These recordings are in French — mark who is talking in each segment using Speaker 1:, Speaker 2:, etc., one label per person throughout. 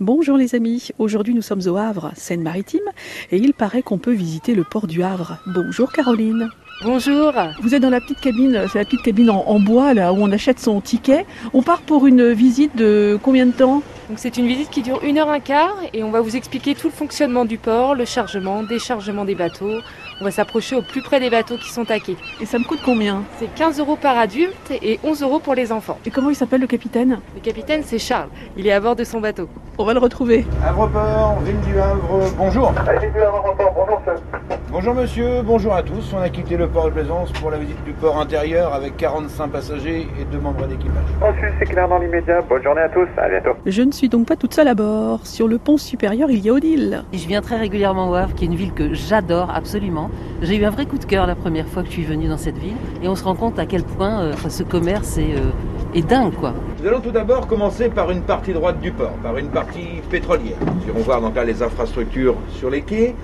Speaker 1: Bonjour les amis, aujourd'hui nous sommes au Havre, Seine-Maritime, et il paraît qu'on peut visiter le port du Havre. Bonjour Caroline.
Speaker 2: Bonjour.
Speaker 1: Vous êtes dans la petite cabine, c'est la petite cabine en, en bois là où on achète son ticket. On part pour une visite de combien de temps
Speaker 2: Donc c'est une visite qui dure une heure un quart et on va vous expliquer tout le fonctionnement du port, le chargement, déchargement des bateaux. On va s'approcher au plus près des bateaux qui sont à quai.
Speaker 1: Et ça me coûte combien
Speaker 2: C'est 15 euros par adulte et 11 euros pour les enfants.
Speaker 1: Et comment il s'appelle le capitaine
Speaker 2: Le capitaine c'est Charles. Il est à bord de son bateau.
Speaker 1: On va le retrouver.
Speaker 3: Havreport, ville du Havre, bonjour. Bonjour monsieur, bonjour à tous. On a quitté le port de Plaisance pour la visite du port intérieur avec 45 passagers et deux membres d'équipage.
Speaker 4: Reçu, c'est clair dans l'immédiat. Bonne journée à tous, à bientôt.
Speaker 1: Je ne suis donc pas toute seule à bord. Sur le pont supérieur, il y a Odile.
Speaker 5: Et Je viens très régulièrement au Havre, qui est une ville que j'adore absolument. J'ai eu un vrai coup de cœur la première fois que je suis venue dans cette ville, et on se rend compte à quel point euh, enfin, ce commerce est, euh, est dingue, quoi.
Speaker 3: Nous allons tout d'abord commencer par une partie droite du port, par une partie pétrolière. Nous irons voir donc là les infrastructures sur les quais.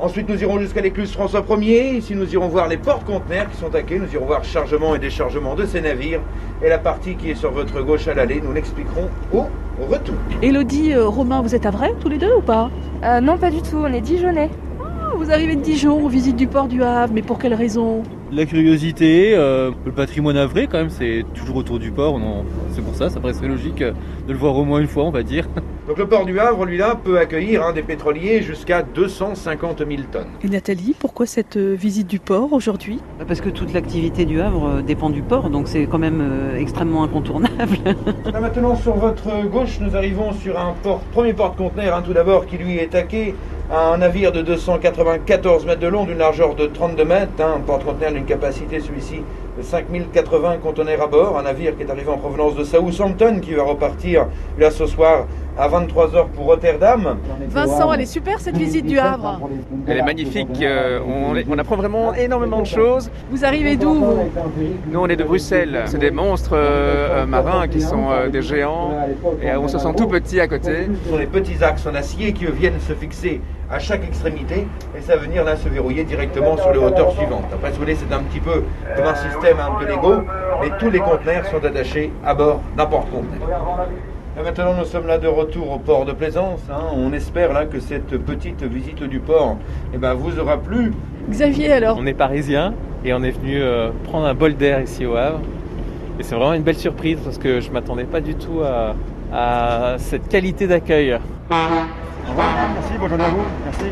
Speaker 3: Ensuite, nous irons jusqu'à l'écluse François 1er. Ici, nous irons voir les portes-conteneurs qui sont à quai. Nous irons voir chargement et déchargement de ces navires. Et la partie qui est sur votre gauche à l'aller, nous l'expliquerons au retour.
Speaker 1: Elodie, euh, Romain, vous êtes à Vrai tous les deux ou pas
Speaker 6: Euh, non, pas du tout, on est Dijonais.
Speaker 1: Ah, Vous arrivez de Dijon, visite du port du Havre, mais pour quelle raison
Speaker 7: La curiosité, euh, le patrimoine avré quand même, c'est toujours autour du port. on en- C'est pour ça, ça paraît très logique euh, de le voir au moins une fois, on va dire.
Speaker 3: Donc, le port du Havre, lui-là, peut accueillir hein, des pétroliers jusqu'à 250 000 tonnes.
Speaker 1: Et Nathalie, pourquoi cette euh, visite du port aujourd'hui
Speaker 5: Parce que toute l'activité du Havre euh, dépend du port, donc c'est quand même euh, extrêmement incontournable.
Speaker 3: Là maintenant sur votre gauche nous arrivons sur un port- premier porte-conteneur hein, tout d'abord qui lui est taqué à un navire de 294 mètres de long d'une largeur de 32 mètres, hein, un porte-conteneur d'une capacité celui-ci de 5080 conteneurs à bord, un navire qui est arrivé en provenance de Southampton qui va repartir là ce soir à 23h pour Rotterdam.
Speaker 8: Vincent, elle est super cette visite du Havre.
Speaker 9: Elle est magnifique, euh, on, on apprend vraiment énormément de choses.
Speaker 8: Vous arrivez d'où vous
Speaker 9: Nous on est de Bruxelles, c'est des monstres euh, euh, marins qui sont euh, des géants et euh, on se sent tout petit à côté.
Speaker 3: Ce sont les petits axes en acier qui viennent se fixer à chaque extrémité et ça va venir là se verrouiller directement sur les hauteurs suivantes. Après, si vous voulez, c'est un petit peu comme un système un peu Lego, mais tous les conteneurs sont attachés à bord d'un porte-conteneur. Et Maintenant, nous sommes là de retour au port de Plaisance. hein. On espère là que cette petite visite du port eh ben, vous aura plu.
Speaker 8: Xavier alors
Speaker 10: On est parisien et on est venu euh, prendre un bol d'air ici au Havre. Et c'est vraiment une belle surprise parce que je m'attendais pas du tout à, à cette qualité d'accueil.
Speaker 4: Merci, bonne journée à vous. Merci.